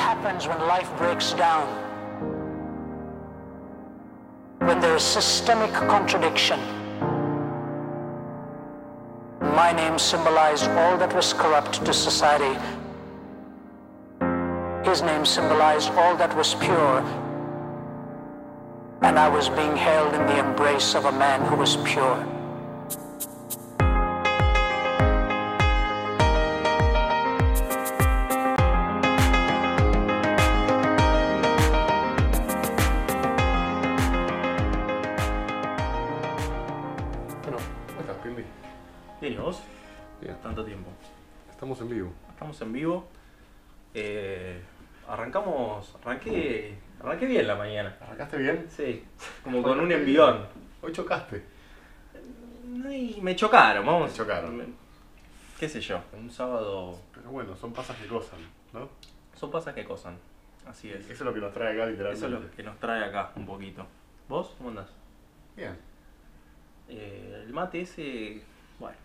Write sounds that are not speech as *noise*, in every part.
happens when life breaks down, when there is systemic contradiction. My name symbolized all that was corrupt to society. His name symbolized all that was pure. And I was being held in the embrace of a man who was pure. Bueno, ¿cómo estás, Pimbi? Bien, ¿y vos? Bien. Tanto tiempo. Estamos en vivo. Estamos en vivo. Eh, arrancamos. Arranqué. Arranqué bien la mañana. ¿Arrancaste bien? Sí. Como con un envión. Hoy chocaste. Y me chocaron, vamos. Te chocaron. Me- Qué sé yo. Un sábado. Pero bueno, son pasas que gozan, ¿no? Son pasas que cosan. Así es. Eso es lo que nos trae acá, literalmente. Eso es lo que nos trae acá un poquito. ¿Vos? ¿Cómo andás? Bien. Eh, el mate ese. Bueno.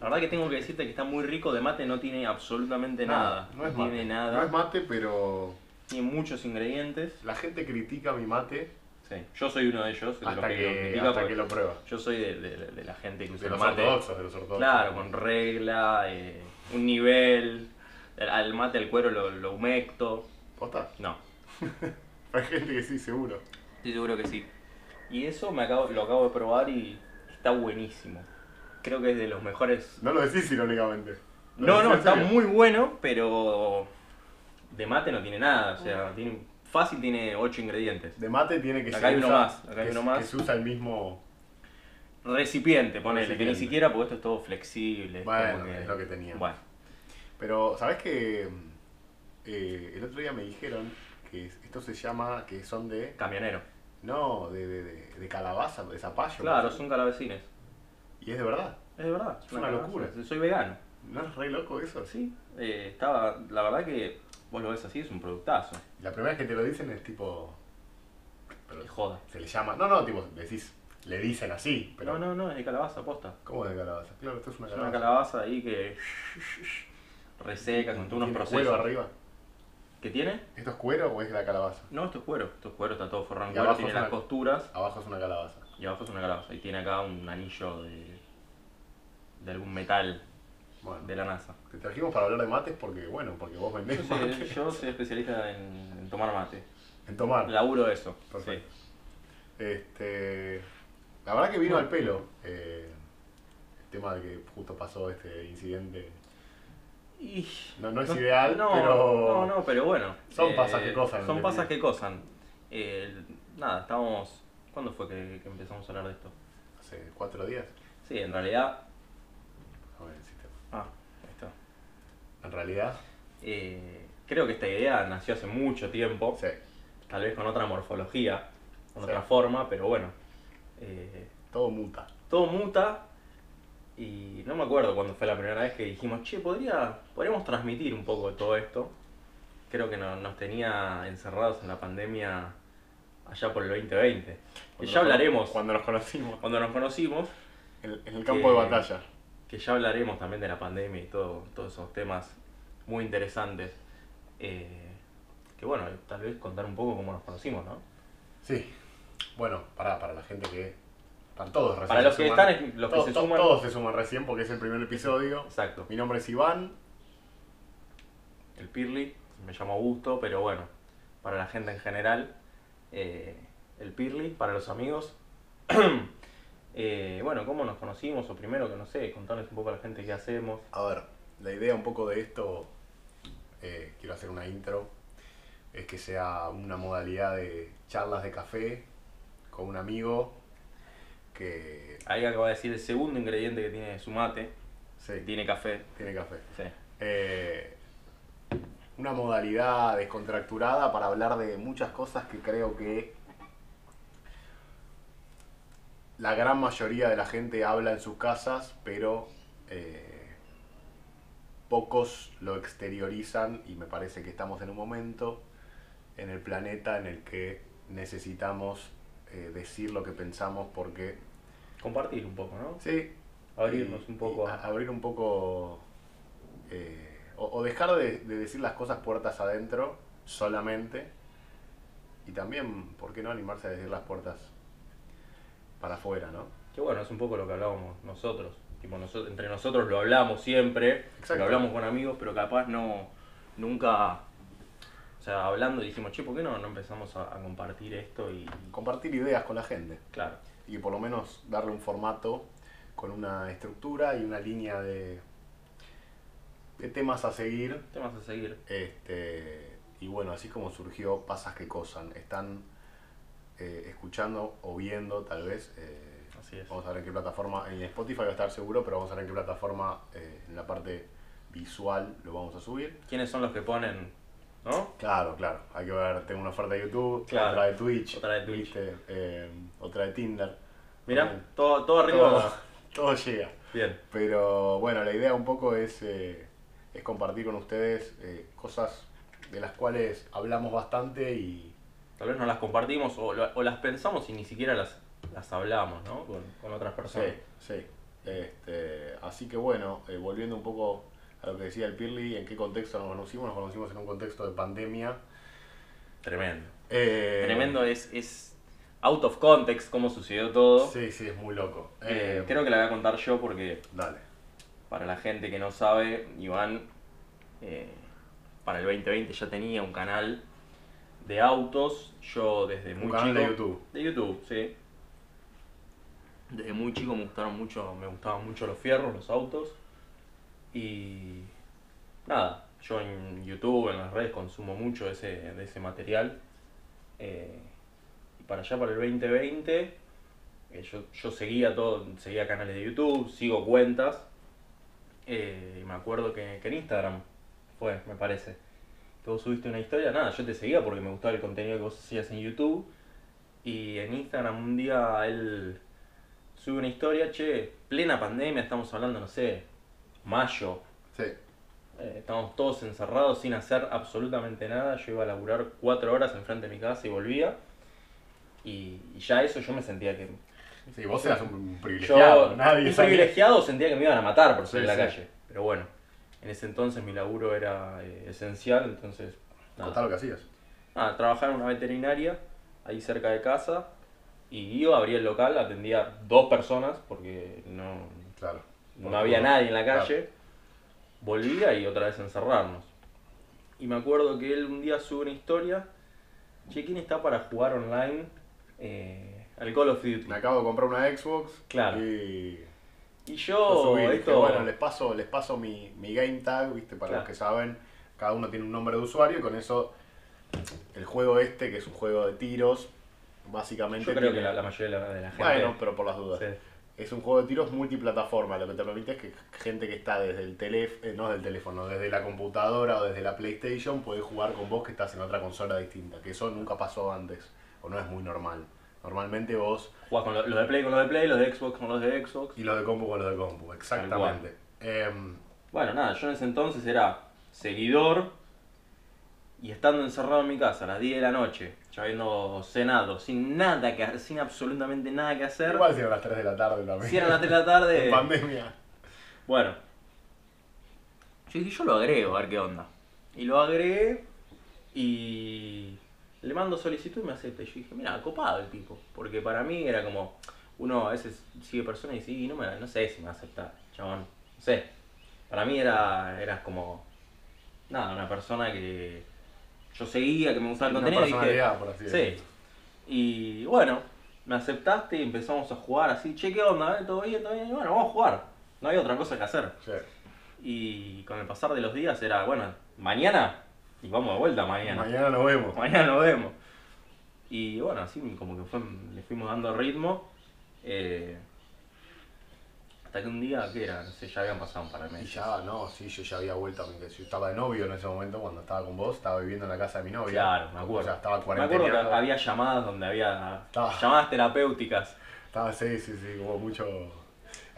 La verdad que tengo que decirte que está muy rico de mate, no tiene absolutamente nada. No es mate. tiene nada. No es mate, pero Tiene muchos ingredientes. la gente critica mi mate Sí, yo soy uno de ellos. de los hasta, que lo que, critica, hasta porque que lo prueba. Yo soy de, de- de la gente que usa De el los mate. ortodoxos, de los ortodoxos. Claro, con regla, eh, un nivel. al- Al mate, al cuero lo, lo humecto. ¿Posta? No, Hay gente que sí, seguro. estoy seguro que sí. Y eso me acabo, lo acabo de probar y está buenísimo. Creo que es de los mejores. No lo decís irónicamente. Lo No, decís no, en está serio. muy bueno, pero de mate no tiene nada. O sea, tiene, fácil tiene 8 ingredientes. De mate tiene que Acá se hay uno usa- más, acá hay que- uno más. Que se usa el mismo... Recipiente, ponele, que Recipiente. ni siquiera porque esto es todo flexible. es Bueno, como es lo que tenía. Bueno, Pero, ¿sabes que eh, el otro día me dijeron que esto se llama, que son de... camionero. No, de, de, de, de calabaza, de zapallo. Claro, son calabacines. Y es de verdad. Es de verdad. Es una locura. Soy vegano. ¿No es re loco eso? Sí, eh, estaba. La verdad que vos lo ves así, es un productazo. La primera vez que te lo dicen es tipo... Pero Es joda. se le llama... No, no, tipo, decís... Le dicen así, pero... No, no, no, es de calabaza, posta. ¿Cómo de calabaza? Claro, esto es una Es una calabaza. calabaza ahí que. *laughs* reseca con todos unos ¿Tiene procesos. cuero arriba? ¿Qué tiene? ¿Esto es cuero o es la calabaza? No, esto es cuero. Esto es cuero, está todo forrado en Y cuero, abajo tiene es las una- costuras Abajo es una calabaza. y abajo es una calabaza. Y tiene acá un anillo de. de algún metal Bueno, de la NASA. te trajimos para hablar de mates porque, bueno, porque vos Yo vendés soy, mate. yo soy especialista en, en tomar mate. En tomar. Laburo eso. Perfecto. Este, la verdad que vino al pelo eh, el tema de que justo pasó este incidente. Y- No- no es ideal, no, pero- No, no, pero bueno. eh, Son pasas que cosan, Son en pasas definitiva. que cosan. Eh, nada, estábamos. ¿Cuándo fue que, que empezamos a hablar de esto? Hace cuatro días. Sí, en realidad. A ver el sistema. Ah, ahí está. En realidad, Eh, creo que esta idea nació hace mucho tiempo. sí, Tal vez con otra morfología, con Sí. otra forma, pero bueno. Eh, todo muta. todo muta. Y no me acuerdo cuándo fue la primera vez que dijimos, che, ¿podría, podríamos transmitir un poco de todo esto. Creo que no- nos tenía encerrados en la pandemia allá por el 2020. Que Cuando ya nos- hablaremos Cuando nos conocimos. cuando nos conocimos, En, en el campo de Que- batalla. que ya hablaremos también de la pandemia y todo, todos esos temas muy interesantes. Eh, que bueno, tal vez contar un poco cómo nos conocimos, ¿no? Sí. Bueno, para, para la gente que. Para todos recién. Para se los que suman. están, los que To- se to- suman. Todos se suman recién porque es el primer episodio. Exacto. Mi nombre es Iván. el Pirli, me llamo Augusto, pero bueno, para la gente en general, eh, el Pirli, para los amigos. *clears throat* Eh, bueno, ¿cómo nos conocimos? O primero que no sé, contarles un poco a la gente qué hacemos. A ver, la idea un poco de esto, eh, quiero hacer una intro, es que sea una modalidad de charlas de café con un amigo que Ahí acaba de decir el segundo ingrediente que tiene su mate, sí, que tiene café. tiene café. Sí. Eh, una modalidad descontracturada para hablar de muchas cosas que creo que la gran mayoría de la gente habla en sus casas, pero eh, pocos lo exteriorizan y me parece que estamos en un momento en el planeta en el que necesitamos eh, decir lo que pensamos porque... Compartir un poco, ¿no? Sí, Abrirnos y- un poco y a- a... abrir un poco eh, O, o dejar de, de decir las cosas puertas adentro solamente. Y también, ¿por qué no animarse a decir las puertas para afuera, no? Que bueno, es un poco lo que hablábamos nosotros. Tipo, noso- entre nosotros lo hablamos siempre, Exacto. lo hablamos con amigos, pero capaz no, nunca, o sea, hablando dijimos, che, ¿por qué no, no empezamos a, a compartir esto? Y, y- Compartir ideas con la gente. claro, y por lo menos darle un formato con una estructura y una línea de, de temas a seguir. temas a seguir. Este, y bueno, así como surgió Pasas que Cosan. Están eh, escuchando o viendo tal vez. eh, Así es. Vamos a ver en qué plataforma. En Spotify va a estar seguro, pero vamos a ver en qué plataforma eh, en la parte visual lo vamos a subir. ¿Quiénes son los que ponen, no? Claro, claro. Hay que ver, tengo una oferta de YouTube, Claro. otra de Twitch, Otra de Twitch. ¿viste? Eh, otra de Tinder. Mirá, todo, todo arriba. todo, *laughs* todo llega. Bien, Pero bueno, la idea un poco es, eh, es compartir con ustedes eh, cosas de las cuales hablamos bastante y tal vez no las compartimos o, lo- o las pensamos y ni siquiera las, las hablamos, ¿no? Con, con otras sí, personas. sí. Este, así que bueno, eh, volviendo un poco a lo que decía el Pirli, en qué contexto nos conocimos, nos conocimos en un contexto de pandemia. Tremendo. Eh, Tremendo es, es out of context cómo sucedió todo. Sí, sí, es muy loco. Eh, Eh, creo que la voy a contar yo porque Dale. para la gente que no sabe, Iván eh, para el 2020 ya tenía un canal de autos. Yo desde Un muy canal de chico- YouTube. De YouTube, sí. Desde muy chico me gustaron mucho, me gustaban mucho los fierros, los autos. Y nada, yo en YouTube, en las redes consumo mucho de ese, de ese material. Eh, y para allá, para el 2020, eh, yo, yo seguía todo, seguía canales de YouTube, sigo cuentas. Eh, y me acuerdo que, que en Instagram fue, me parece. Que vos subiste una historia, nada, yo te seguía porque me gustaba el contenido que vos hacías en YouTube. Y en Instagram un día él sube una historia, che, plena pandemia, estamos hablando, no sé, mayo, Sí. eh, estábamos todos encerrados sin hacer absolutamente nada. Yo iba a laburar cuatro horas enfrente de mi casa y volvía. Y, y ya eso yo me sentía que. Sí, vos eras un Yo, privilegiado. Nadie un sabía. privilegiado, sentía que me iban a matar por Sí, salir a la sí. calle. Pero bueno, en ese entonces mi laburo era eh, esencial, entonces. nada. Contá lo que hacías. Nada, trabajaba en una veterinaria, ahí cerca de casa, y iba, abría el local, atendía dos personas, porque no, Claro. no había nadie en la calle. Volvía y otra vez encerrarnos. Y me acuerdo que él un día sube una historia, che, ¿quién está para jugar online eh, al Call of Duty? Me acabo de comprar una Xbox. Claro. Y Y Yo yo, subí, dije, esto... bueno, les paso, les paso mi, mi game tag, ¿viste? Para Claro. los que saben, cada uno tiene un nombre de usuario y con eso el juego este, que es un juego de tiros, básicamente... yo creo que tiene- la, la mayoría de la, de la gente... Bueno, pero por las dudas. sí. Es un juego de tiros multiplataforma, lo que te permite es que gente que está desde el teléfono, no desde el teléfono, desde la computadora o desde la PlayStation puede jugar con vos que estás en otra consola distinta, que eso nunca pasó antes, o no es muy normal. Normalmente vos Jugás con lo- los de Play con los de Play, los de Xbox con los de Xbox. y los de compu con los de compu, exactamente. Em, Bueno, nada, yo en ese entonces era seguidor y estando encerrado en mi casa a las 10 de la noche, ya habiendo cenado, sin nada que ha- sin absolutamente nada que hacer. igual si eran las 3 de la tarde también. Si eran las 3 de la tarde. En *laughs* pandemia. Bueno. Yo dije, yo lo agrego, a ver qué onda. Y lo agregué y le mando solicitud y me acepta. Y yo dije, mira, copado el tipo. Porque para mí era como, uno a veces sigue personas y dice, "Y no, me, no sé si me va a aceptar, chabón. No sé. Para mí era, eras como, nada, una persona que yo seguía, que me gustaba el Una contenido. y dije, personalidad, por así Sí. decirlo. Y bueno, me aceptaste y empezamos a jugar así, che, ¿qué onda? eh? ¿Todo bien? ¿Todo bien? Y bueno, vamos a jugar. No hay otra cosa que hacer. Sí. Y con el pasar de los días era, bueno, mañana y vamos de vuelta mañana. *laughs* Mañana, Mañana nos vemos. nos vemos. Y bueno, así como que fue, le fuimos dando ritmo. eh, hasta que un día, ¿qué era? No sé, ya habían pasado un par de Y meses. ya, no, sí, yo ya había vuelto a mi Yo estaba de novio en ese momento cuando estaba con vos, estaba viviendo en la casa de mi novia. Claro, me acuerdo. O sea, estaba me acuerdo que cuarenteneando. había llamadas donde había Estaba- llamadas terapéuticas. Estaba, sí, sí, sí, como mucho.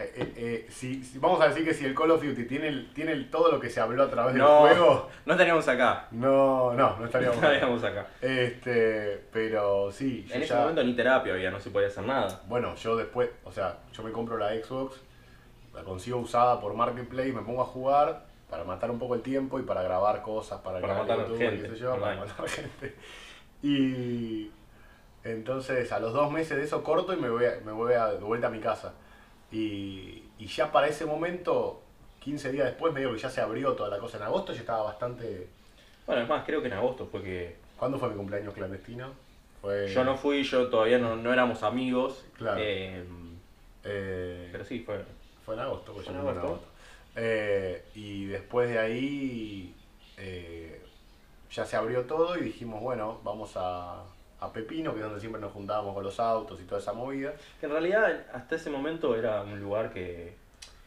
Eh, eh, eh, si- si- vamos a decir que si el Call of Duty tiene, el- tiene el- todo lo que se habló a través No, del juego, no teníamos acá. no, no, no *laughs* No estaríamos. teníamos acá. este, pero sí, yo En ese ya- momento ni terapia había, no se podía hacer nada. Bueno, yo después, o sea, yo me compro la Xbox, la consigo usada por Marketplace, me pongo a jugar para matar un poco el tiempo y para grabar cosas para, el Para canal de matar YouTube, gente, qué sé yo, para online. matar *laughs* gente. Y entonces a los dos meses de eso corto y me voy, a- me voy a- de vuelta a mi casa. Y, y ya para ese momento, 15 días después, medio que ya se abrió toda la cosa. En agosto yo estaba bastante... Bueno, es más, creo que en agosto fue que ¿Cuándo fue mi cumpleaños clandestino? Fue... yo no fui, yo todavía no, no éramos amigos. Claro. eh, eh, pero sí, fue. Fue en agosto, pues Fue yo en me acuerdo en agosto. agosto. Eh, y después de ahí eh, ya se abrió todo y dijimos, bueno, vamos a, a Pepino, que es donde siempre nos juntábamos con los autos y toda esa movida. que En realidad, hasta ese momento era un lugar que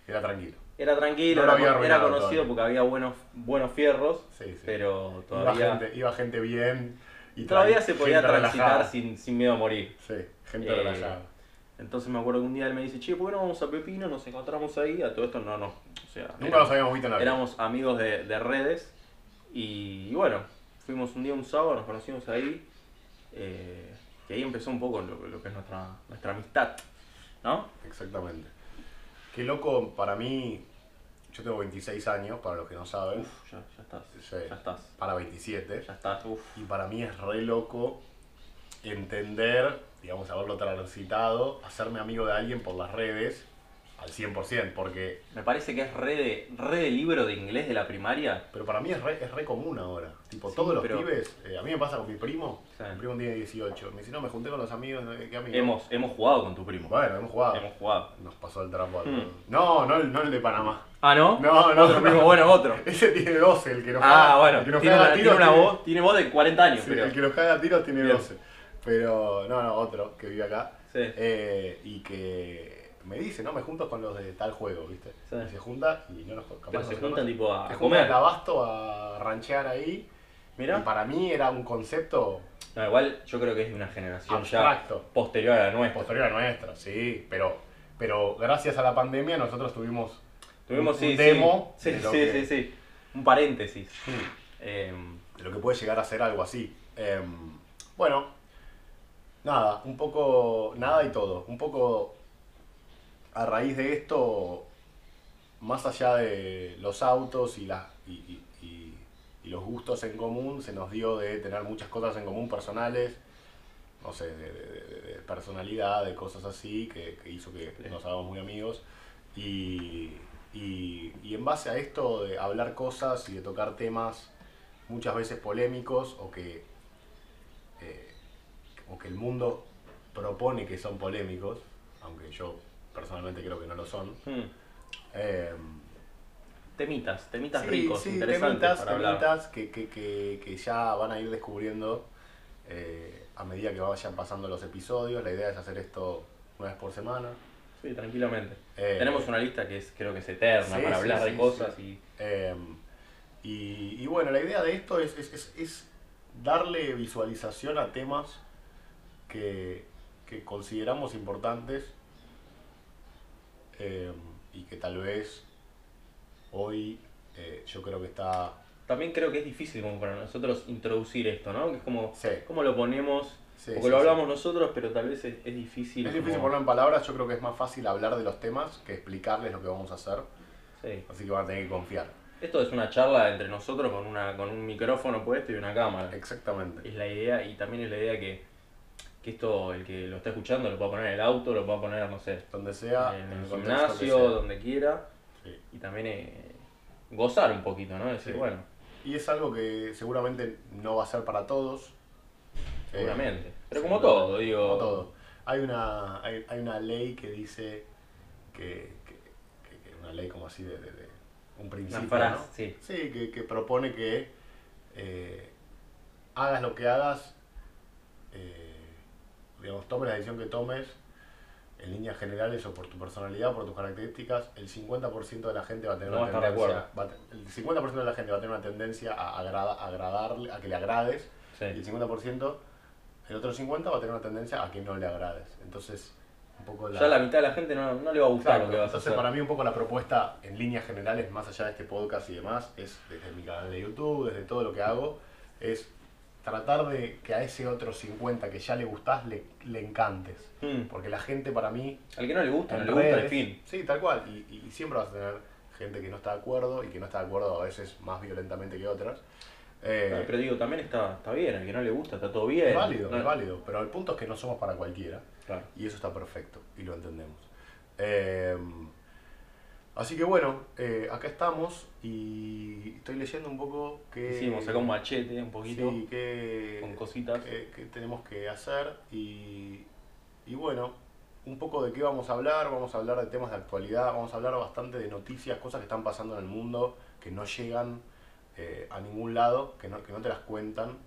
Era tranquilo. era tranquilo, No lo era- había era, arruinado conocido todavía. porque había buenos, buenos fierros, Sí, sí. pero Iba todavía, gente, iba gente bien. Y todavía tran- se podía gente transitar relajada. sin, sin miedo a morir. Sí, gente Eh, relajada. Entonces me acuerdo que un día él me dice, che, ¿por qué no vamos a Pepino? Nos encontramos ahí, a todo esto no, no. O sea, Nunca éramos- los habíamos visto en la vida. éramos amigos de, de redes y, y bueno, fuimos un día, un sábado, nos conocimos ahí eh, y ahí empezó un poco lo, lo que es nuestra, nuestra amistad, ¿no? Exactamente. Qué loco para mí. Yo tengo 26 años, para los que no saben. Uf, ya, ya estás, Sí. ya estás, Para 27. ya estás, uf. Y para mí es re loco entender, digamos, haberlo transitado, hacerme amigo de alguien por las redes al 100%, porque... Me parece que es re de, re de libro de inglés de la primaria. Pero para mí es re, es re común ahora. Tipo, Sí, todos los pero- pibes... eh, a mí me pasa con mi primo. Sí. Mi primo tiene 18. Me dice, no, me junté con los amigos. ¿no? ¿Qué amigos? Hemos, hemos jugado con tu primo. Bueno, hemos jugado. Hemos jugado. Nos pasó el trapo. al- Hmm. No, no, el- no el de Panamá. Ah, ¿no? No, no, Otro no. primo, *laughs* bueno, otro. Ese tiene 12, el que nos Ah, caga- bueno, el que nos tiene caga una, a tiene tiros una tiene- voz, tiene voz de 40 años, Sí, pero... el que nos caga a tiros tiene Bien. 12. Pero no, no, otro que vive acá. Sí. Eh, y que me dice, no, me junto con los de tal juego, ¿viste? Sí. Y se junta y no nos capaz Pero no se nos juntan, conoce. tipo, a Se comer. juntan al abasto a ranchear ahí. Mirá. Y para mí era un concepto No, igual yo creo que es de una generación Abstracto. ya posterior a la nuestra. posterior a nuestra, sí. Pero, pero gracias a la pandemia nosotros tuvimos Tuvimos, un, sí, un demo sí, de, sí, lo sí, que, sí, sí. Un paréntesis. Em, de lo que puede llegar a ser algo así. Em, bueno, nada, un poco, nada y todo. Un poco a raíz de esto, más allá de los autos y, la, y, y- y- y los gustos en común, se nos dio de tener muchas cosas en común personales, no sé, de, de- de- de personalidad, de cosas así, que, que hizo que Sí. nos hagamos muy amigos. Y, y- y en base a esto de hablar cosas y de tocar temas muchas veces polémicos o que, eh, o que el mundo propone que son polémicos, aunque yo personalmente creo que no lo son. hmm, Eh, temitas, temitas sí, ricos, Eh, sí, interesantes temitas, para hablar. temitas que, que- que- que ya van a ir descubriendo eh, a medida que vayan pasando los episodios. La idea es hacer esto una vez por semana. Sí, tranquilamente. Eh, Tenemos una lista que es, creo que es eterna sí, para sí, hablar de sí, cosas Eh, y, y bueno, la idea de esto es, es- es- es darle visualización a temas que, que consideramos importantes eh, y que tal vez hoy eh, yo creo que está... y también creo que es difícil como para nosotros introducir esto, ¿no? Que es como, Sí. ¿cómo lo ponemos? Sí, Porque sí, lo sí. hablamos nosotros, pero tal vez es, es difícil. Es difícil como- ponerlo en palabras, yo creo que es más fácil hablar de los temas que explicarles lo que vamos a hacer, Sí. así que van a tener que confiar. Esto es una charla entre nosotros con, una, con un micrófono puesto y una cámara. Exactamente. es la idea y también es la idea que, que esto, el que lo está escuchando, lo pueda poner en el auto, lo pueda poner, no sé, Donde sea, en Ah, el el contexto que gimnasio, sea. donde quiera. Sí. Y también eh, gozar un poquito, ¿no? Decir, Sí. bueno, Y es algo que seguramente no va a ser para todos. seguramente. Eh, Pero como seguramente, todo, digo. Como todo. Hay una, hay, hay una ley que dice que, que- que- que una ley como así de, de- de un principio, Una frase, ¿no? sí. Sí, que, que propone que eh, hagas lo que hagas, eh, digamos, tomes la decisión que tomes, en líneas generales o por tu personalidad, por tus características, el 50% de la gente va a tener No va a una estar de tendencia, va a te- el 50% de la gente va a tener una tendencia a agrada- agradarle, a que le agrades, Sí. y el 50%, el otro 50% va a tener una tendencia a que no le agrades. Entonces, un poco la... Ya la mitad de la gente no, no le va a gustar Exacto. lo que vas a Entonces, hacer. para mí un poco la propuesta en líneas generales, más allá de este podcast y demás, es desde mi canal de YouTube, desde todo lo que hago, es tratar de que a ese otro 50 que ya le gustás, le, le encantes. Mm. Porque la gente para mí Al que no le gusta, no en le gusta, redes. en fin. Sí, tal cual. Y, y- y siempre vas a tener gente que no está de acuerdo y que no está de acuerdo a veces más violentamente que otras. Eh, Claro, pero digo, también está, está bien, al que no le gusta, está todo bien. es válido, Eh, No- es válido, pero el punto es que no somos para cualquiera. Claro. Y eso está perfecto, y lo entendemos. Eh, así que bueno, eh, acá estamos y estoy leyendo un poco qué, Hicimos acá un machete Eh, sí, un eh, poquito qué- con cositas. qué- qué tenemos que hacer y, y bueno, un poco de qué vamos a hablar, vamos a hablar de temas de actualidad, vamos a hablar bastante de noticias, cosas que están pasando en el mundo, que no llegan eh, a ningún lado, que no, que no te las cuentan.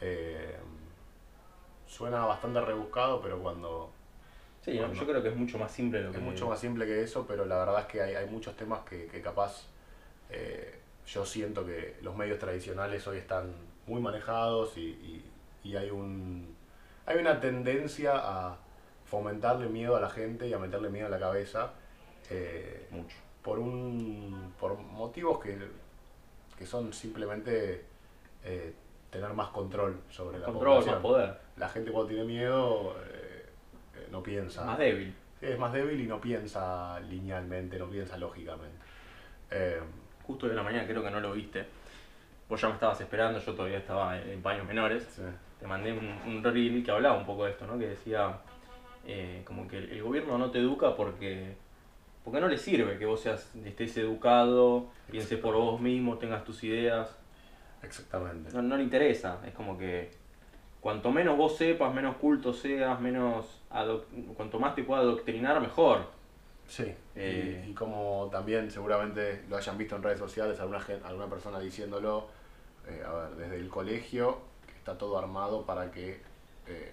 Eh, suena bastante rebuscado, pero cuando Sí, no, Bueno. yo creo que es mucho más simple lo que es mucho más simple que eso, pero la verdad es que hay, hay muchos temas que, que capaz eh, yo siento que los medios tradicionales hoy están muy manejados y, y- y hay un hay una tendencia a fomentarle miedo a la gente y a meterle miedo a la cabeza eh, Mucho. por un por motivos que, que son simplemente eh, tener más control sobre la Control, más población. poder. La gente cuando tiene miedo eh, eh, no piensa. Más débil. Sí, es más débil y no piensa linealmente, no piensa lógicamente. Eh, Justo hoy en la mañana creo que no lo viste. Vos ya me estabas esperando, yo todavía estaba en, en paños menores. sí. Te mandé un, un reel que hablaba un poco de esto, ¿no? Que decía eh, como que el, el gobierno no te educa porque porque no le sirve que vos seas estés educado, pienses por vos mismo, tengas tus ideas. Exactamente. No, no le interesa. Es como que cuanto menos vos sepas, menos culto seas, menos adoc- cuanto más te pueda adoctrinar, mejor. Sí. Eh. Y, y como también seguramente lo hayan visto en redes sociales, alguna, gen- alguna persona diciéndolo, eh, a ver, desde el colegio, que está todo armado para que eh,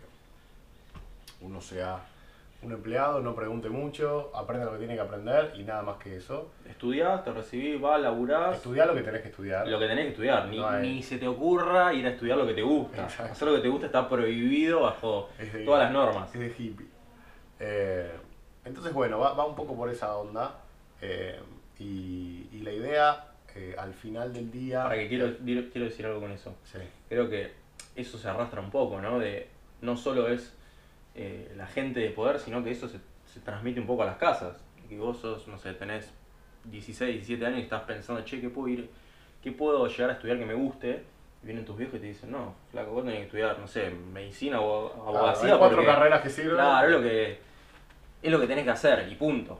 uno sea un empleado, no pregunte mucho, aprenda lo que tiene que aprender y nada más que eso. Estudiás, te recibís, vas, laburás. Estudiar lo que tenés que estudiar. Ah. Lo que tenés que estudiar, ni, No hay- ni se te ocurra ir a estudiar lo que te gusta. Exacto. Hacer lo que te gusta está prohibido bajo Es de- todas las normas. Es de hippie. Eh, entonces, bueno, va, va un poco por esa onda. eh, y, y la idea, eh, al final del día. Para que quiero, dir- quiero decir algo con eso. Sí, Creo que eso se arrastra un poco, ¿no? De, no solo es eh, la gente de poder, sino que eso se, se transmite un poco a las casas. Que vos sos, no sé, tenés 16, 17 años y estás pensando, che, ¿qué puedo ir? ¿Qué puedo llegar a estudiar que me guste? Y vienen tus viejos y te dicen, no, flaco, vos tenés que estudiar, no sé, medicina o Claro, abogacía. hay cuatro porque- carreras que sirven. Claro, es lo que es lo que tenés que hacer y punto.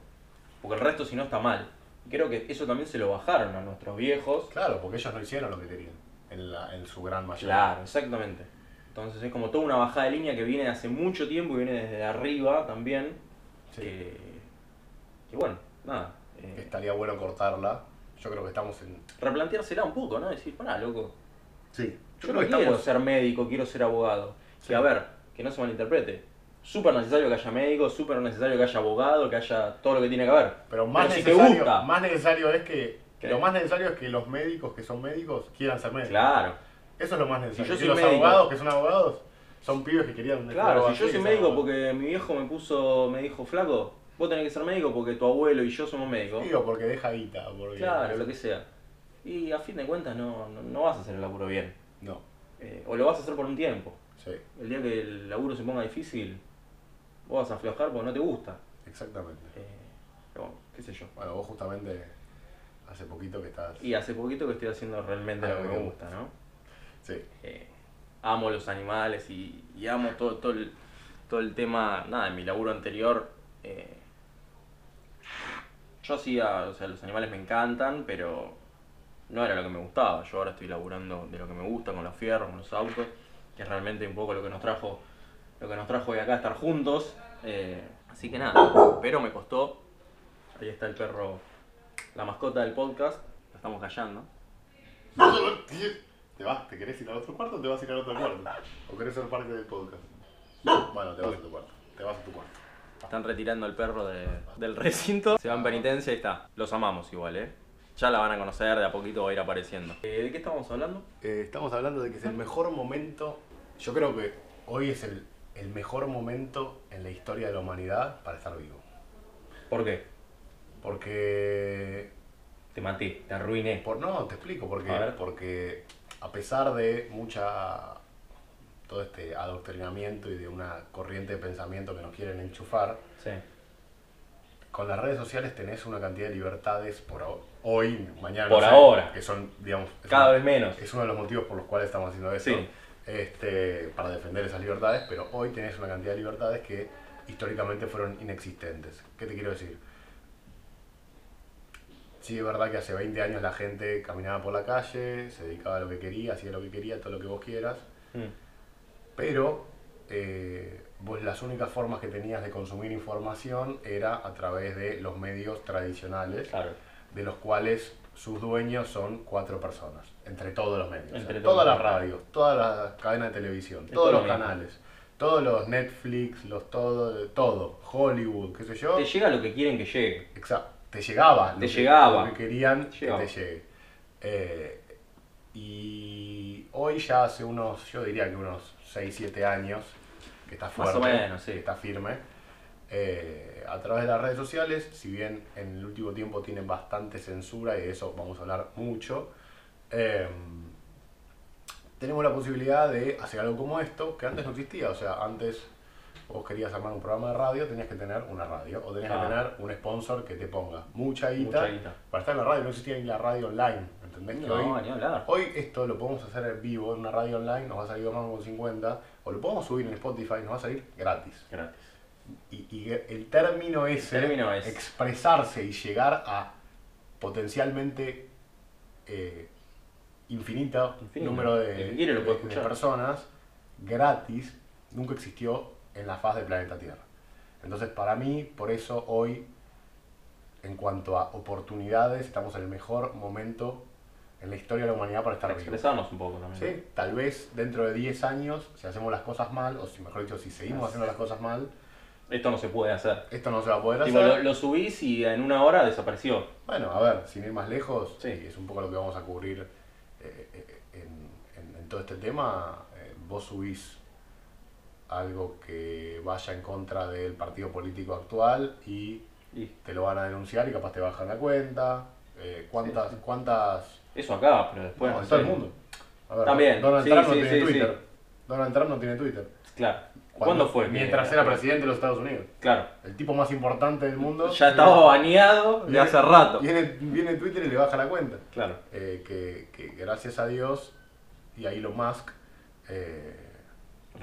Porque el resto si no está mal. Y creo que eso también se lo bajaron a nuestros viejos. Claro, porque ellos no hicieron lo que querían. En, la- en su gran mayoría. Claro, exactamente. Entonces es como toda una bajada de línea que viene de hace mucho tiempo y viene desde arriba también. Sí. Que, que bueno, nada. eh, Estaría bueno cortarla. Yo creo que estamos en. replanteársela un poco, ¿no? Decir, pará, loco. Sí. Yo, Yo no creo que quiero estamos. ser médico, quiero ser abogado. Sí. Que a ver, que no se malinterprete. Súper necesario que haya médico, súper necesario que haya abogado, que haya todo lo que tiene que haber. Pero más Pero si te necesario. gusta. Más necesario es que. ¿Qué? Lo más necesario es que los médicos que son médicos quieran ser médicos. Claro. Eso es lo más necesario. Si yo Y soy los médico- abogados que son abogados son pibes que querían. Claro, si yo abogacía, soy son médico abogados. porque mi viejo me puso, me dijo, flaco, vos tenés que ser médico porque tu abuelo y yo somos médicos. Digo, porque deja guita. Porque... Claro, lo que sea. Y a fin de cuentas no, no, no vas a hacer el laburo bien. No, Eh, o lo vas a hacer por un tiempo. sí, El día que el laburo se ponga difícil, vos vas a aflojar porque no te gusta. exactamente. Eh, pero bueno, qué sé yo. Bueno, vos justamente hace poquito que estás. Y hace poquito que estoy haciendo realmente lo Algo que que me te gusta, ¿no? Sí, Eh, amo los animales y, y amo todo, todo, el, todo el tema, nada, en mi laburo anterior. eh, yo hacía, o sea, los animales me encantan, pero no era lo que me gustaba. Yo ahora estoy laburando de lo que me gusta, con los fierros, con los autos, que es realmente un poco lo que nos trajo, lo que nos trajo de acá estar juntos. eh, así que nada, pero me costó. Ahí está el perro, la mascota del podcast. Lo estamos callando. ¿Te vas? ¿Te querés ir al otro cuarto o te vas a ir al otro cuarto? ¿O querés ser parte del podcast? Bueno, te vas a tu cuarto. Te vas a tu cuarto. Están retirando al perro de- del *laughs* recinto. Se va en penitencia y está. Los amamos igual, ¿eh? Ya la van a conocer, de a poquito va a ir apareciendo. Eh, ¿De qué estábamos hablando? Eh, estamos hablando de que es el mejor momento. Yo creo que hoy es el, el mejor momento en la historia de la humanidad para estar vivo. ¿Por qué? Porque Te maté, te arruiné. Por, no, te explico, porque, A ver. porque a pesar de mucha todo este adoctrinamiento y de una corriente de pensamiento que nos quieren enchufar, Sí. con las redes sociales tenés una cantidad de libertades por ahora, hoy, mañana. Por ahora. Que son, digamos, es Cada una- vez menos. Es uno de los motivos por los cuales estamos haciendo esto. Sí. Este, para defender esas libertades, pero hoy tenés una cantidad de libertades que históricamente fueron inexistentes. ¿Qué te quiero decir? Sí, es verdad que hace 20 años la gente caminaba por la calle, se dedicaba a lo que quería, hacía lo que quería, todo lo que vos quieras, Mm. pero eh, vos las únicas formas que tenías de consumir información era a través de los medios tradicionales Claro. de los cuales sus dueños son cuatro personas, entre todos los medios. o sea, Entre todos todas las los radios, todas las cadenas de televisión, Es todos todo los lo mismo. canales, todos los Netflix, los todo, todo, Hollywood, qué sé yo. Te llega lo que quieren que llegue. Exacto. Te llegaba. lo Te que- llegaba. lo que querían Llegaba. que te llegue. Eh, y hoy ya hace unos, yo diría que unos 6, 7 años, que está Más o fuerte, menos, sí. que está firme, eh, a través de las redes sociales, si bien en el último tiempo tienen bastante censura y de eso vamos a hablar mucho, eh, tenemos la posibilidad de hacer algo como esto, que antes no existía, o sea, antes vos querías armar un programa de radio, tenías que tener una radio, o tenías que Ah. tener un sponsor que te ponga mucha guita, Mucha guita. para estar en la radio, no existía ni la radio online, ¿entendés? Que No, hoy- ni hablar. Hoy esto lo podemos hacer en vivo en una radio online, nos va a salir 2,50, o lo podemos subir en Spotify, nos va a salir gratis. Gratis. Y, y el término ese, término es- expresarse y llegar a potencialmente eh, infinito, Infinito. número El de, que quiere lo puede de- de escuchar. personas gratis, nunca existió en la faz del planeta Tierra. Entonces, para mí, por eso hoy, en cuanto a oportunidades, estamos en el mejor momento en la historia de la humanidad para estar Para vivos. expresarnos un poco también. Sí, tal vez dentro de 10 años, si hacemos las cosas mal, o si mejor dicho, si seguimos haciendo las cosas mal, Esto no se puede hacer. esto no se va a poder Tipo, hacer. lo, lo subís y en una hora desapareció. Bueno, a ver, sin ir más lejos, Sí. y es un poco lo que vamos a cubrir eh, eh, en, en- en todo este tema, eh, vos subís algo que vaya en contra del partido político actual y Y te lo van a denunciar y capaz te bajan la cuenta. Eh, ¿Cuántas? cuántas eso acá, pero después. no, no en todo sé. el mundo. A ver, También, Donald sí, Trump no sí, tiene sí, Twitter. sí. Donald Trump no tiene Twitter. Claro. ¿Cuándo, Cuando- fue? Eh, que- Mientras era presidente de los Estados Unidos. Claro. El tipo más importante del mundo. Ya estaba baneado de Viene- hace rato. Viene, viene Twitter y le baja la cuenta. Claro. Eh, que, que gracias a Dios y a Elon Musk, eh,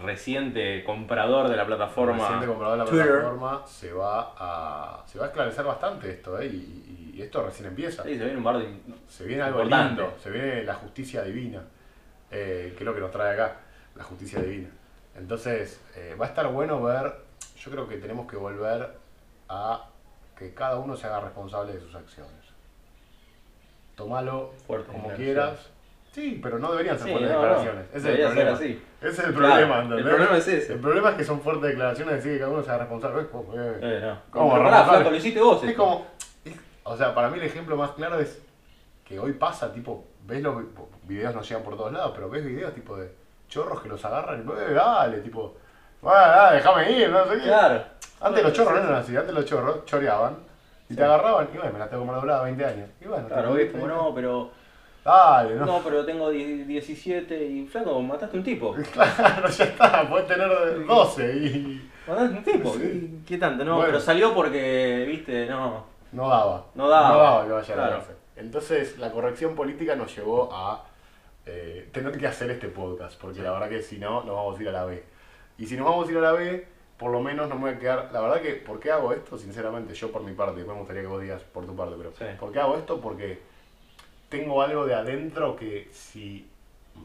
Reciente comprador de la el plataforma. reciente comprador de la Twitter. plataforma, se va a se va a esclarecer bastante esto, eh, y, y- y esto recién empieza. Sí, se viene un bar de. Se viene algo Importante. lindo, se viene la justicia divina, eh, que es lo que nos trae acá, la justicia divina. Entonces, eh, va a estar bueno ver, yo creo que tenemos que volver a que cada uno se haga responsable de sus acciones. Tomalo Fuerte como declaración. quieras. Sí, pero no deberían ser Sí, fuertes no, no. declaraciones. Ese es el Debería ser problema. así. Ese es el Claro, problema, el ¿entendés? problema es ese. El problema es que son fuertes declaraciones, decir que cada uno se haga responsable. Eh, pues, eh, Eh, no. ¿Cómo, Pará, responsable? flaco, lo hiciste vos. es esto. como. Este, es- o sea, para mí el ejemplo más claro es que hoy pasa, tipo, ves los vi- videos, nos llegan por todos lados, pero ves videos tipo de chorros que los agarran y "Eh, dale, tipo, "Ah, ah, déjame ir, no sé qué. Claro. Antes los chorros no eran así, antes los chorros choreaban y te agarraban y bueno, me la tengo mal doblada 20 años. Y bueno, Claro, tipo, hoy es como no, pero. Dale, no. No, pero tengo die- 17 y flaco, mataste un tipo. *laughs* Claro, ya está, puedes tener 12 y Mataste un tipo. Sí. ¿Qué, qué tanto? No, Bueno. pero salió porque, viste, no. no daba. No daba. No daba que vaya a la Claro. cárcel. Entonces, la corrección política nos llevó a eh, tener que hacer este podcast, porque la verdad que si no, nos vamos a ir a la B. Y si nos vamos a ir a la B, por lo menos no me voy a quedar. La verdad que, ¿por qué hago esto? Sinceramente, yo por mi parte, después me gustaría que vos digas por tu parte, pero. Sí. ¿Por qué hago esto? Porque tengo algo de adentro que si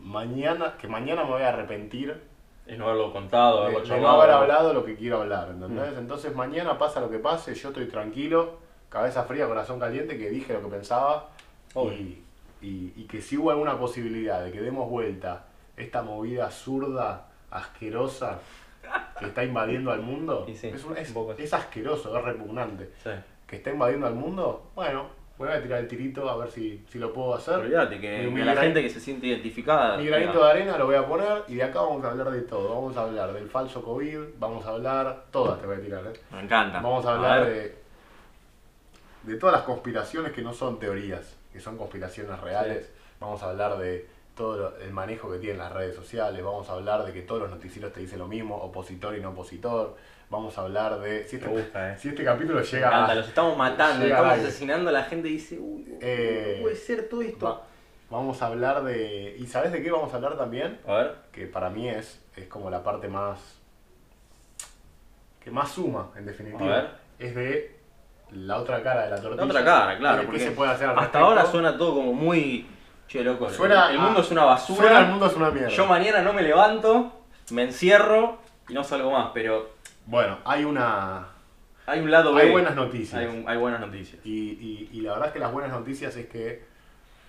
mañana, que mañana me voy a arrepentir Es no haberlo contado, de, haberlo de charlado. no haber hablado lo que quiero hablar, ¿entendés? Mm. Entonces mañana pasa lo que pase, yo estoy tranquilo, cabeza fría, corazón caliente, que dije lo que pensaba Obvio. y, y- y que si hubo alguna posibilidad de que demos vuelta esta movida zurda, asquerosa, que está invadiendo al mundo, Y sí, es, un- es- un poco así. es asqueroso, es repugnante, Sí. que está invadiendo al mundo, bueno, voy a tirar el tirito a ver si, si lo puedo hacer. Olvídate que, Mi- que mi la gran- gente que se siente identificada. mi granito de arena lo voy a poner y de acá vamos a hablar de todo. Vamos a hablar del falso COVID, vamos a hablar. Todas te voy a tirar, ¿eh? Me encanta. Vamos a hablar Ah, ver. de. de todas las conspiraciones que no son teorías, que son conspiraciones reales. Vamos a hablar de todo lo- el manejo que tienen las redes sociales, vamos a hablar de que todos los noticieros te dicen lo mismo, opositor y no opositor, vamos a hablar de... Si este, Me gusta, eh. si este capítulo Me llega... encanta, los estamos matando, llega estamos al aire. asesinando a la gente y dice, uy, no Eh, puede ser todo esto. va- vamos a hablar de... ¿Y sabes de qué vamos a hablar también? A ver, Que para mí es, es como la parte más... que más suma, en A definitiva. ver. Es de la otra cara de la tortilla. la otra cara, y claro. de ¿Qué porque se puede hacer al Hasta respecto. ahora suena todo como muy. Che, loco, Suena el a- mundo es una basura. Suena el mundo es una mierda. Yo mañana no me levanto, me encierro y no salgo más, pero Bueno, hay una... hay un lado B. Hay buenas noticias. Hay, un- hay buenas noticias. Y, y- y la verdad es que las buenas noticias es que,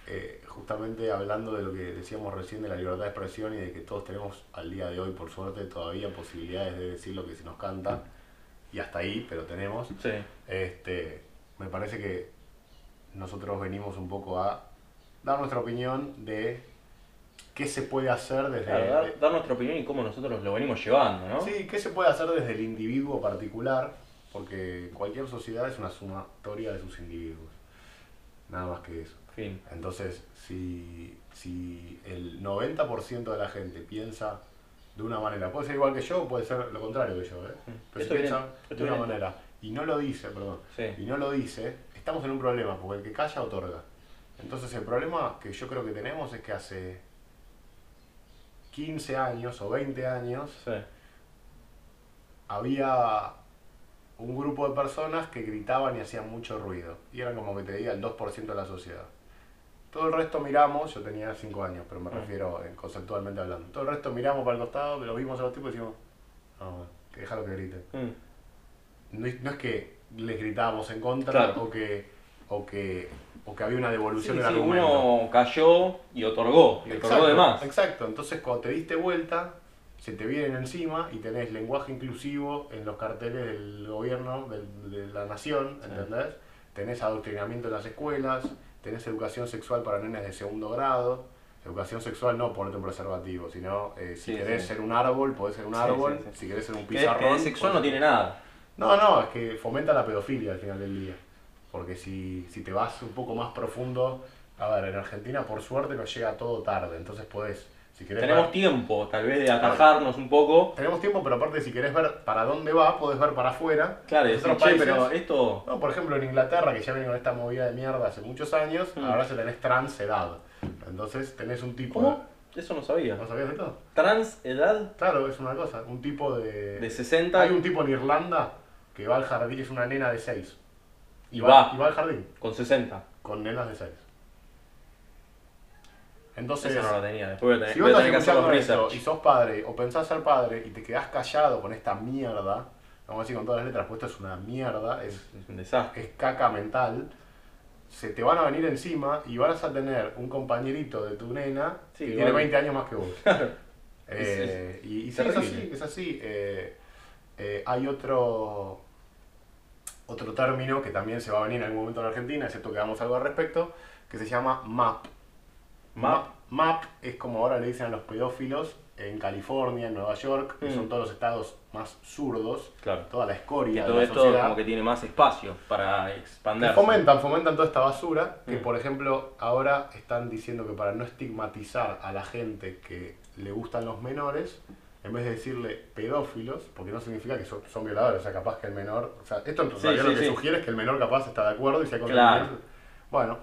eh, justamente hablando de lo que decíamos recién de la libertad de expresión y de que todos tenemos al día de hoy, por suerte, todavía posibilidades de decir lo que se nos canta, y hasta ahí, pero tenemos, Sí. este, me parece que nosotros venimos un poco a dar nuestra opinión de qué se puede hacer desde... Claro, de- dar, dar nuestra opinión y cómo nosotros lo venimos llevando, ¿no? Eh, Sí, ¿qué se puede hacer desde el individuo particular? Porque cualquier sociedad es una sumatoria de sus individuos. Nada más que eso. Fin. Entonces, si, si el 90% de la gente piensa de una manera, puede ser igual que yo, puede ser lo contrario que yo, ¿eh? pero si Estoy bien, piensa de estoy una bien. manera y no lo dice, perdón, Sí. y no lo dice, estamos en un problema, porque el que calla otorga. Entonces el problema que yo creo que tenemos es que hace 15 años o 20 años Sí. había un grupo de personas que gritaban y hacían mucho ruido. Y eran como que te diga el 2% de la sociedad. Todo el resto miramos, yo tenía 5 años, pero me Mm. refiero eh, conceptualmente hablando. Todo el resto miramos para el costado, lo vimos a los tipos y decimos, no, bueno, que déjalo que griten. Mm. No, es- no es que les gritábamos en contra Claro. o, que, o, que, o que había una devolución Sí, del sí, argumento. uno cayó y otorgó, y otorgó de más. Exacto, entonces cuando te diste vuelta, se te vienen encima y tenés lenguaje inclusivo en los carteles del gobierno, del- de la nación, Sí. ¿entendés? Tenés adoctrinamiento en las escuelas, tenés educación sexual para nenes de segundo grado. Educación sexual no ponerte un preservativo, sino eh, si Sí, querés sí. ser un árbol, podés ser un Sí, árbol. sí, sí. Si querés ser un Que, que pizarrón. de sexual no podés- tiene nada. no, no, es que fomenta la pedofilia al final del día. Porque si, si te vas un poco más profundo, a ver, en Argentina por suerte nos llega todo tarde, entonces podés, si querés Tenemos ver- tiempo, tal vez, de atajarnos un poco. tenemos tiempo, pero aparte si querés ver para dónde va, podés ver para afuera. Claro, y En decir, otros che, países- pero esto. No, por ejemplo, en Inglaterra, que ya viene con esta movida de mierda hace muchos años, Mm. ahora ya tenés trans edad. Entonces tenés un tipo... ¿Cómo? Eso no sabía. ¿No sabías de todo? Trans edad Claro, es una cosa, un tipo de... de 60 Hay un tipo en Irlanda que va al jardín, es una nena de 6. y va Y va al jardín. con 60. con nenas de 6. Entonces, Eso no lo tenía. Después voy a tener, si voy vos a estás tener que hacer los escuchando esto research. y sos padre o pensás ser padre y te quedás callado con esta mierda, vamos a decir con todas las letras, pues esto es una mierda, es, Es un desastre. es caca mental, se te van a venir encima y vas a tener un compañerito de tu nena Sí, que igual. tiene 20 años más que *laughs* vos. Eh, y y sí, es así, Terrible. es así. Eh, eh, hay otro, otro término que también se va a venir en algún momento en Argentina, es cierto que hagamos algo al respecto, que se llama MAP. Map. MAP es como ahora le dicen a los pedófilos en California, en Nueva York, que Mm. son todos los estados más zurdos, Claro. toda la Que escoria de todo la esto sociedad. como que tiene más espacio para Que expandirse. fomentan, fomentan toda esta basura, que Mm. por ejemplo ahora están diciendo que para no estigmatizar a la gente que le gustan los menores, en vez de decirle pedófilos, porque no significa que son, son violadores, o sea, capaz que el menor, o sea, esto en Sí, realidad sí, lo que sí. sugiere es que el menor capaz está de acuerdo y se ha Claro. Bueno,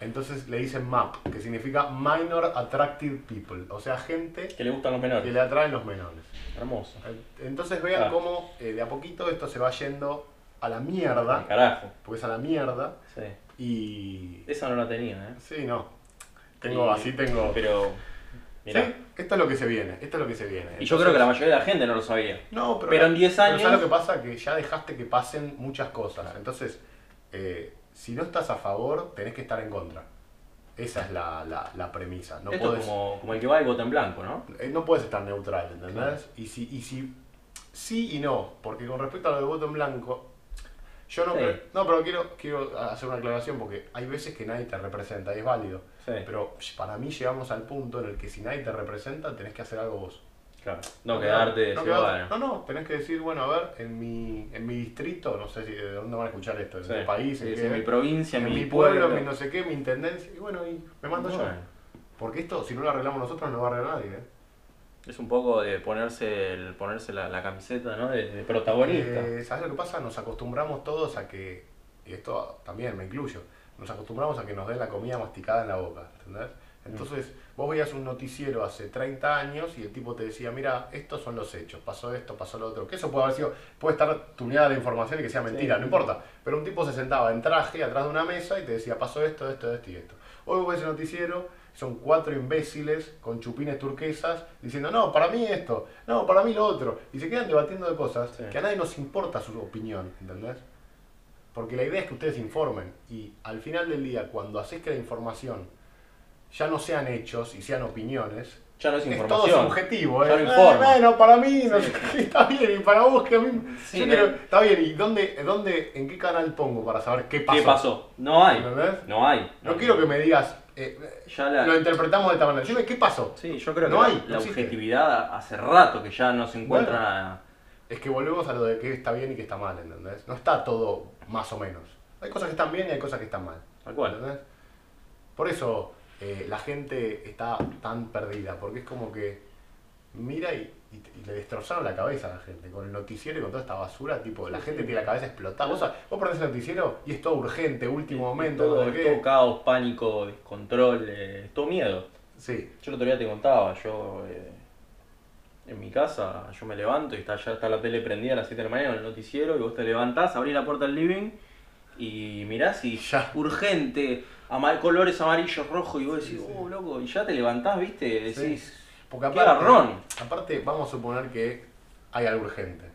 entonces le dicen MAP, que significa Minor Attractive People, o sea, gente Que le gustan los que menores. le atraen los menores. Hermoso. Entonces vean Claro. cómo eh, de a poquito esto se va yendo a la mierda, Ah, Carajo. porque es a la mierda. Sí. Y. Esa no la tenía, ¿eh? Sí, no. Tengo, Y- así tengo. Pero. Mirá. Sí, esto es lo que se viene, esto es lo que se viene. Y yo creo que la mayoría de la gente no lo sabía. No, pero. pero en 10 años- ¿sabes lo que pasa? Que ya dejaste que pasen muchas cosas. Entonces, eh, si no estás a favor, tenés que estar en contra. Esa es la, la- la premisa. No esto podés, es como, como el que va y vota en blanco, ¿no? eh, no podés estar neutral, ¿entendés? Claro. Y si, y si. Sí y no, porque con respecto a lo de voto en blanco. Yo no Sí. creo- No, pero quiero, quiero hacer una aclaración porque hay veces que nadie te representa y es válido. Sí. Pero para mí llegamos al punto en el que si nadie te representa, tenés que hacer algo vos. Claro. No quedarte no, ciudadano. quedarte- no, no, tenés que decir, bueno, a ver, en mi, en mi distrito, no sé si de dónde van a escuchar esto, en Sí. mi país, Sí, en, sí, qué- mi provincia, en mi, mi pueblo, en mi no sé qué, mi intendencia, y bueno, y me mando yo. Bueno. Porque esto, si no lo arreglamos nosotros, no va a arreglar nadie. ¿eh? Es un poco de ponerse, el, ponerse la, la camiseta ¿no? de, de protagonista. Eh, ¿Sabes lo que pasa? Nos acostumbramos todos a que, y esto también me incluyo, nos acostumbramos a que nos den la comida masticada en la boca, ¿entendés? Entonces, vos veías un noticiero hace 30 años y el tipo te decía, mira, estos son los hechos, pasó esto, pasó lo otro, que eso puede haber sido, puede estar tuneada de información y que sea mentira, no importa, pero un tipo se sentaba en traje atrás de una mesa y te decía, pasó esto, esto, esto y esto. Hoy vos ves el noticiero, son cuatro imbéciles con chupines turquesas diciendo, no, para mí esto, no, para mí lo otro, y se quedan debatiendo de cosas Sí. que a nadie nos importa su opinión, ¿entendés? Porque la idea es que ustedes informen y al final del día, cuando haces que la información ya no sean hechos y sean opiniones, Ya no es es todo información. subjetivo. Ya ¿eh? no Eh, informa. bueno, para mí no Sí. sé *laughs* qué, está bien, y para vos que a mí... Sí, yo no. creo- está bien, ¿y dónde, dónde, en qué canal pongo para saber qué pasó? ¿Qué pasó? No hay. ¿Entendés? No hay. No quiero que me digas, eh, Ya la- lo interpretamos de esta manera, dime qué pasó. Sí, yo creo No que hay, la no existe. objetividad hace rato que ya no se encuentra. Es que volvemos a lo de qué está bien y qué está mal, ¿entendés? No está todo más o menos. Hay cosas que están bien y hay cosas que están mal. Tal cual. ¿entendés? Por eso eh, la gente está tan perdida, porque es como que mira y, y te- y le destrozaron la cabeza a la gente, con el noticiero y con toda esta basura, tipo, la gente tiene la cabeza explotada. Vos, vos perdés el noticiero y es todo urgente, último momento, todo, no sé todo qué. caos, pánico, descontrol, eh, todo miedo. Sí, Yo el otro día te contaba, yo eh, en mi casa, yo me levanto y está, ya está la tele prendida a las 7 de la mañana con el noticiero y vos te levantás, abrís la puerta del living y mirás y Ya. urgente, ama- colores amarillos, rojos y vos decís, oh loco, y ya te levantás, viste, decís, porque qué aparte, garrón. aparte vamos a suponer que hay algo urgente.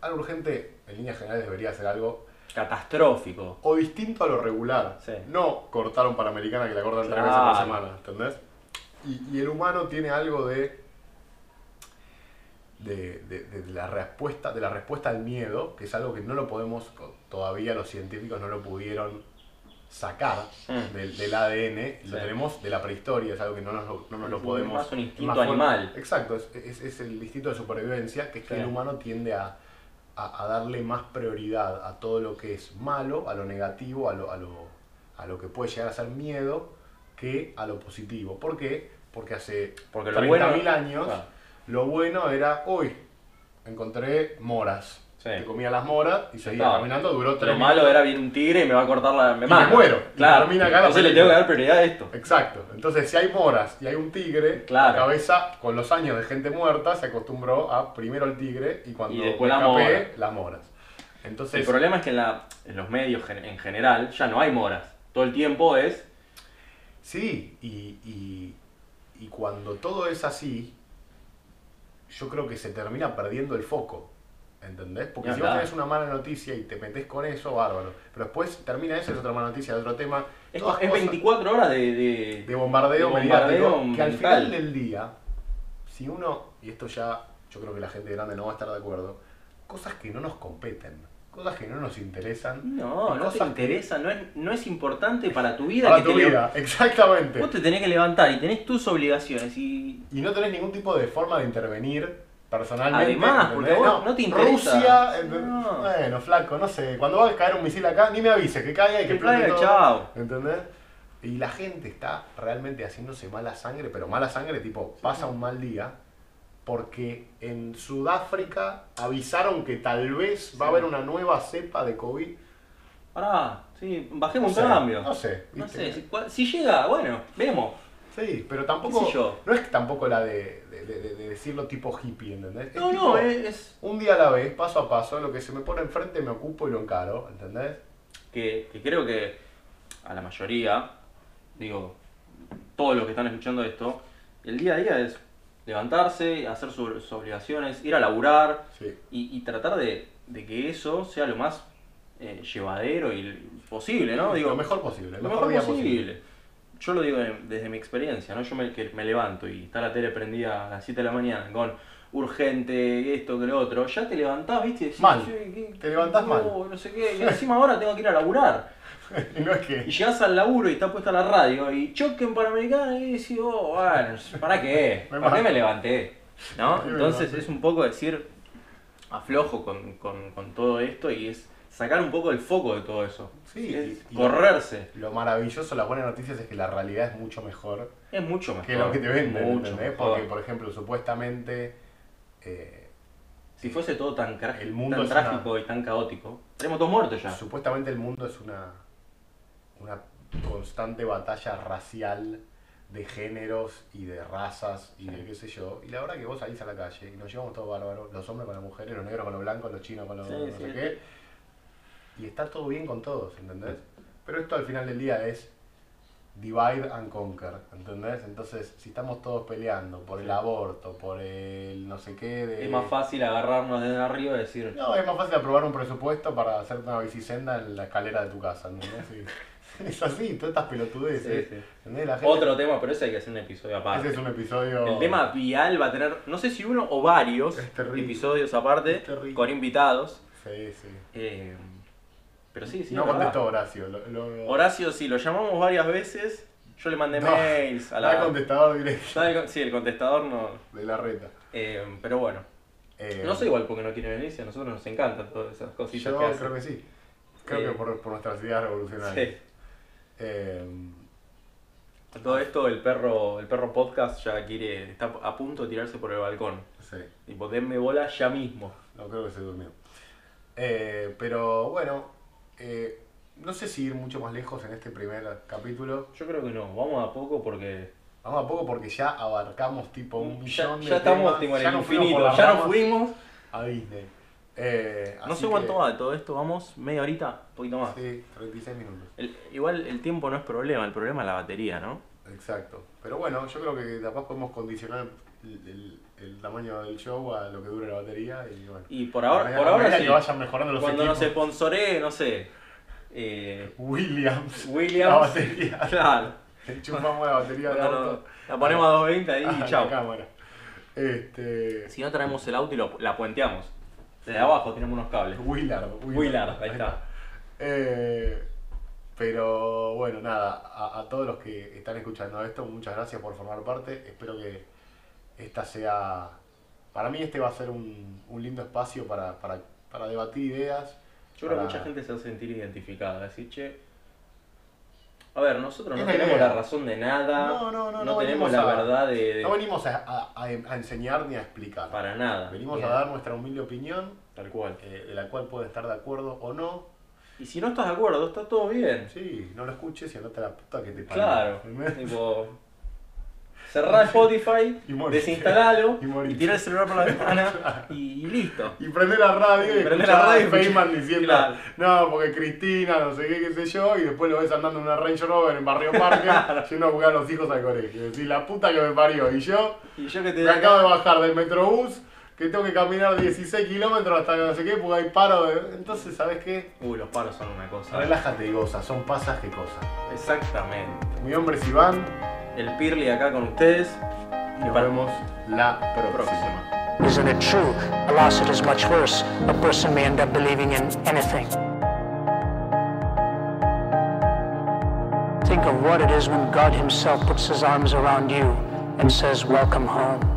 Algo urgente, en líneas generales, debería ser algo Catastrófico. o distinto a lo regular. Sí. No cortaron para americana que la cortan tres veces Claro. por semana, ¿entendés? Y, y el humano tiene algo de de, de- de la respuesta de la respuesta al miedo, que es algo que no lo podemos co- todavía los científicos no lo pudieron sacar Mm. del, del ADN, lo Sí. tenemos de la prehistoria, es algo que no nos, lo- no nos lo podemos Más un instinto más fuerte. animal. Exacto, es, es- es el instinto de supervivencia, que es que Sí. el humano tiende a, a- a darle más prioridad a todo lo que es malo, a lo negativo, a lo, a lo, a lo que puede llegar a ser miedo, que a lo positivo. ¿Por qué? Porque hace Porque lo 30.000 bueno- Ah. años Claro. lo bueno era, uy, encontré moras. Sí. Te comía las moras y seguía estaba. caminando, duró tres Lo malo era bien un tigre y me va a cortar la. Me, Y mata. me muero. Y Claro. termina acá la Entonces le película. tengo que dar prioridad a esto. Exacto. Entonces, si hay moras y hay un tigre, Claro. la cabeza, con los años de gente muerta, se acostumbró a primero el tigre y cuando Y después la mora. las moras. Entonces, El problema es que en, la, en los medios gen- en general ya no hay moras. Todo el tiempo es. sí, y, y- y cuando todo es así, yo creo que se termina perdiendo el foco. ¿Entendés? Porque Ya si vos está. tenés una mala noticia y te metés con eso, bárbaro. Pero después termina eso, es otra mala noticia, otro tema. Es, Todas es cosas- 24 horas de. de- de bombardeo, De bombardeo mediático, que al mental. final del día, si uno, y esto ya yo creo que la gente grande no va a estar de acuerdo, cosas que no nos competen, cosas que no nos interesan. No, y no te cosas- interesa, no es, no es importante para tu vida. Para que tu te le- vida, *laughs* exactamente. Vos te tenés que levantar y tenés tus obligaciones y. Y no tenés ningún tipo de forma de intervenir personalmente. Además, porque ¿entendés? vos no te interesa. Rusia, ¿entendés? No. bueno, flaco, no sé, cuando va a caer un misil acá, ni me avise, que caiga y que, Que explote caiga, todo, chao. ¿Entendés? Y la gente está realmente haciéndose mala sangre, pero mala sangre tipo, pasa un mal día, porque en Sudáfrica avisaron que tal vez va a haber una nueva cepa de COVID. Pará, sí, No bajemos un sé, cambio. No sé, No ¿viste? sé, si, cua- si llega, bueno, vemos. Sí, pero tampoco. sé yo? No es que tampoco la de, de- de- de decirlo tipo hippie, ¿entendés? Es No, tipo, no, es, es Un día a la vez, paso a paso, lo que se me pone enfrente me ocupo y lo encaro, ¿entendés? que, que creo que a la mayoría, digo, todos los que están escuchando esto, el día a día es levantarse, hacer su- sus obligaciones, ir a laburar Sí. y, y tratar de, de que eso sea lo más eh, llevadero y l- posible, ¿no? Digo, lo mejor posible, lo el mejor mejor día posible. Yo lo digo de- desde mi experiencia, ¿no? Yo me, que me levanto y está la tele prendida a las 7 de la mañana con urgente, esto, que lo otro. Ya te levantás, ¿viste? Decís, Mal. "Che, ¿qué- Te levantás mal". no, No sé qué. Y encima ahora tengo que ir a laburar. Y *laughs* no es Y que. llegás al laburo y está puesta la radio y choquen para americana y decís, oh, bueno, ¿para qué? Me ¿Para mato. qué me levanté? ¿No? Me Entonces mato. es un poco decir, aflojo con, con- con todo esto y es sacar un poco el foco de todo eso. Sí, Es y- y- correrse. Lo maravilloso, las buenas noticias es que la realidad es mucho mejor Es mucho mejor. que lo que te venden, mucho ¿entendés? mejor. Porque, por ejemplo, supuestamente eh, Si fuese todo tan, cra- El mundo tan es una- trágico y tan caótico, estaríamos todos muertos ya. Supuestamente el mundo es una, una constante batalla racial de géneros y de razas y de qué sé yo. Y la verdad que vos salís a la calle y nos llevamos todos bárbaros, los hombres con las mujeres, los negros con los blancos, los chinos con los Sí, no sí. sé qué. Y está todo bien con todos, ¿entendés? Pero esto al final del día es divide and conquer, ¿entendés? Entonces, si estamos todos peleando por el Sí. aborto, por el no sé qué de... Es más fácil agarrarnos desde arriba y decir, No, es más fácil aprobar un presupuesto para hacerte una bicisenda en la escalera de tu casa, ¿no? *laughs* Sí. Es así, todas estas pelotudeces. Sí, sí. ¿entendés? La gente- este, otro tema, pero ese hay que hacer un episodio aparte. Ese es un episodio. El tema vial va a tener, no sé si uno o varios Es terrible. episodios aparte, Es terrible. con invitados. Sí, sí. eh, pero sí, sí. no es verdad. contestó Horacio. Lo, lo- Horacio sí, lo llamamos varias veces. Yo le mandé No, mails a no hay la... contestador directo No, el con- sí, el contestador no... de la reta. eh, pero bueno, Eh, no sé igual porque no quiere venir, si a nosotros nos encantan todas esas cositas Yo que hace. creo que sí. Creo Eh, que por, por nuestras ideas revolucionarias. Sí. Eh, A Todo esto, el perro, el perro podcast ya quiere, está a punto de tirarse por el balcón. sí. Tipo, denme bola ya mismo. No creo que se durmió. Eh, pero bueno, eh, no sé si ir mucho más lejos en este primer capítulo. Yo creo que no, vamos a poco porque Vamos a poco porque ya abarcamos tipo un ya, millón de ya estamos temas. tipo, en Ya el nos fuimos infinito, por las ya nos ramas fuimos. a Disney. Eh, No así sé cuánto que- va de todo esto, vamos media horita, un poquito más. Sí, 36 minutos. El- igual el tiempo no es problema, el problema es la batería, ¿no? Exacto. Pero bueno, yo creo que capaz podemos condicionar el, el- el tamaño del show a lo que dure la batería y bueno. Y por A ahora, medida- por a ahora medida sí. que vayan mejorando los Cuando nos equipos. sponsoree, no sé. eh, *laughs* Williams. La Williams. batería. Claro. Enchufamos la batería del No, no, auto la ponemos a 220 ahí a y la chao. cámara. Este. Si no traemos el auto y lo- la puenteamos. Desde abajo tenemos unos cables. Willard. Willard, ahí está. Eh, pero bueno, nada, a, a todos los que están escuchando esto, muchas gracias por formar parte. Espero que esta sea. Para mí, este va a ser un, un lindo espacio para, para- para debatir ideas. Yo creo que para- mucha gente se va a sentir identificada, decir, che. A ver, nosotros no Es la tenemos idea. la razón de nada, No, no, no, no tenemos venimos la a- verdad de, de- No venimos a, a- a en- a enseñar ni a explicar. para nada. Venimos Bien, a dar nuestra humilde opinión, tal cual. eh, de la cual pueden estar de acuerdo o no. Y si no estás de acuerdo, está todo bien. Sí, no lo escuches y andate a la puta que te parió. Claro. tipo, cerrá Spotify, Y morite. desinstalalo Y y, morite. tirá el celular por la *laughs* ventana y, y listo. Y prende la radio y, Y prende la escuchaba radio y a Feynman escuchaba- diciendo, Claro. no, porque Cristina, no sé qué, qué sé yo, y después lo ves andando en una Range Rover en Barrio *laughs* Parque, yendo a jugar a los hijos al colegio. Y decís, la puta que me parió. Y yo Y yo que te me acabo de bajar del Metrobús, que tengo que caminar 16 kilómetros hasta no sé qué, porque hay paro. de- Entonces, ¿sabes qué? Uy, los paros son una cosa. Relájate y goza, son pasas que cosas. Exactamente. Mi nombre es Iván El Pirli acá con ustedes. y nos vemos la próxima. Isn't it true? Alas, it is much worse. A person may end up believing in anything. Think of what it is when God Himself puts His arms around you and says, Welcome home.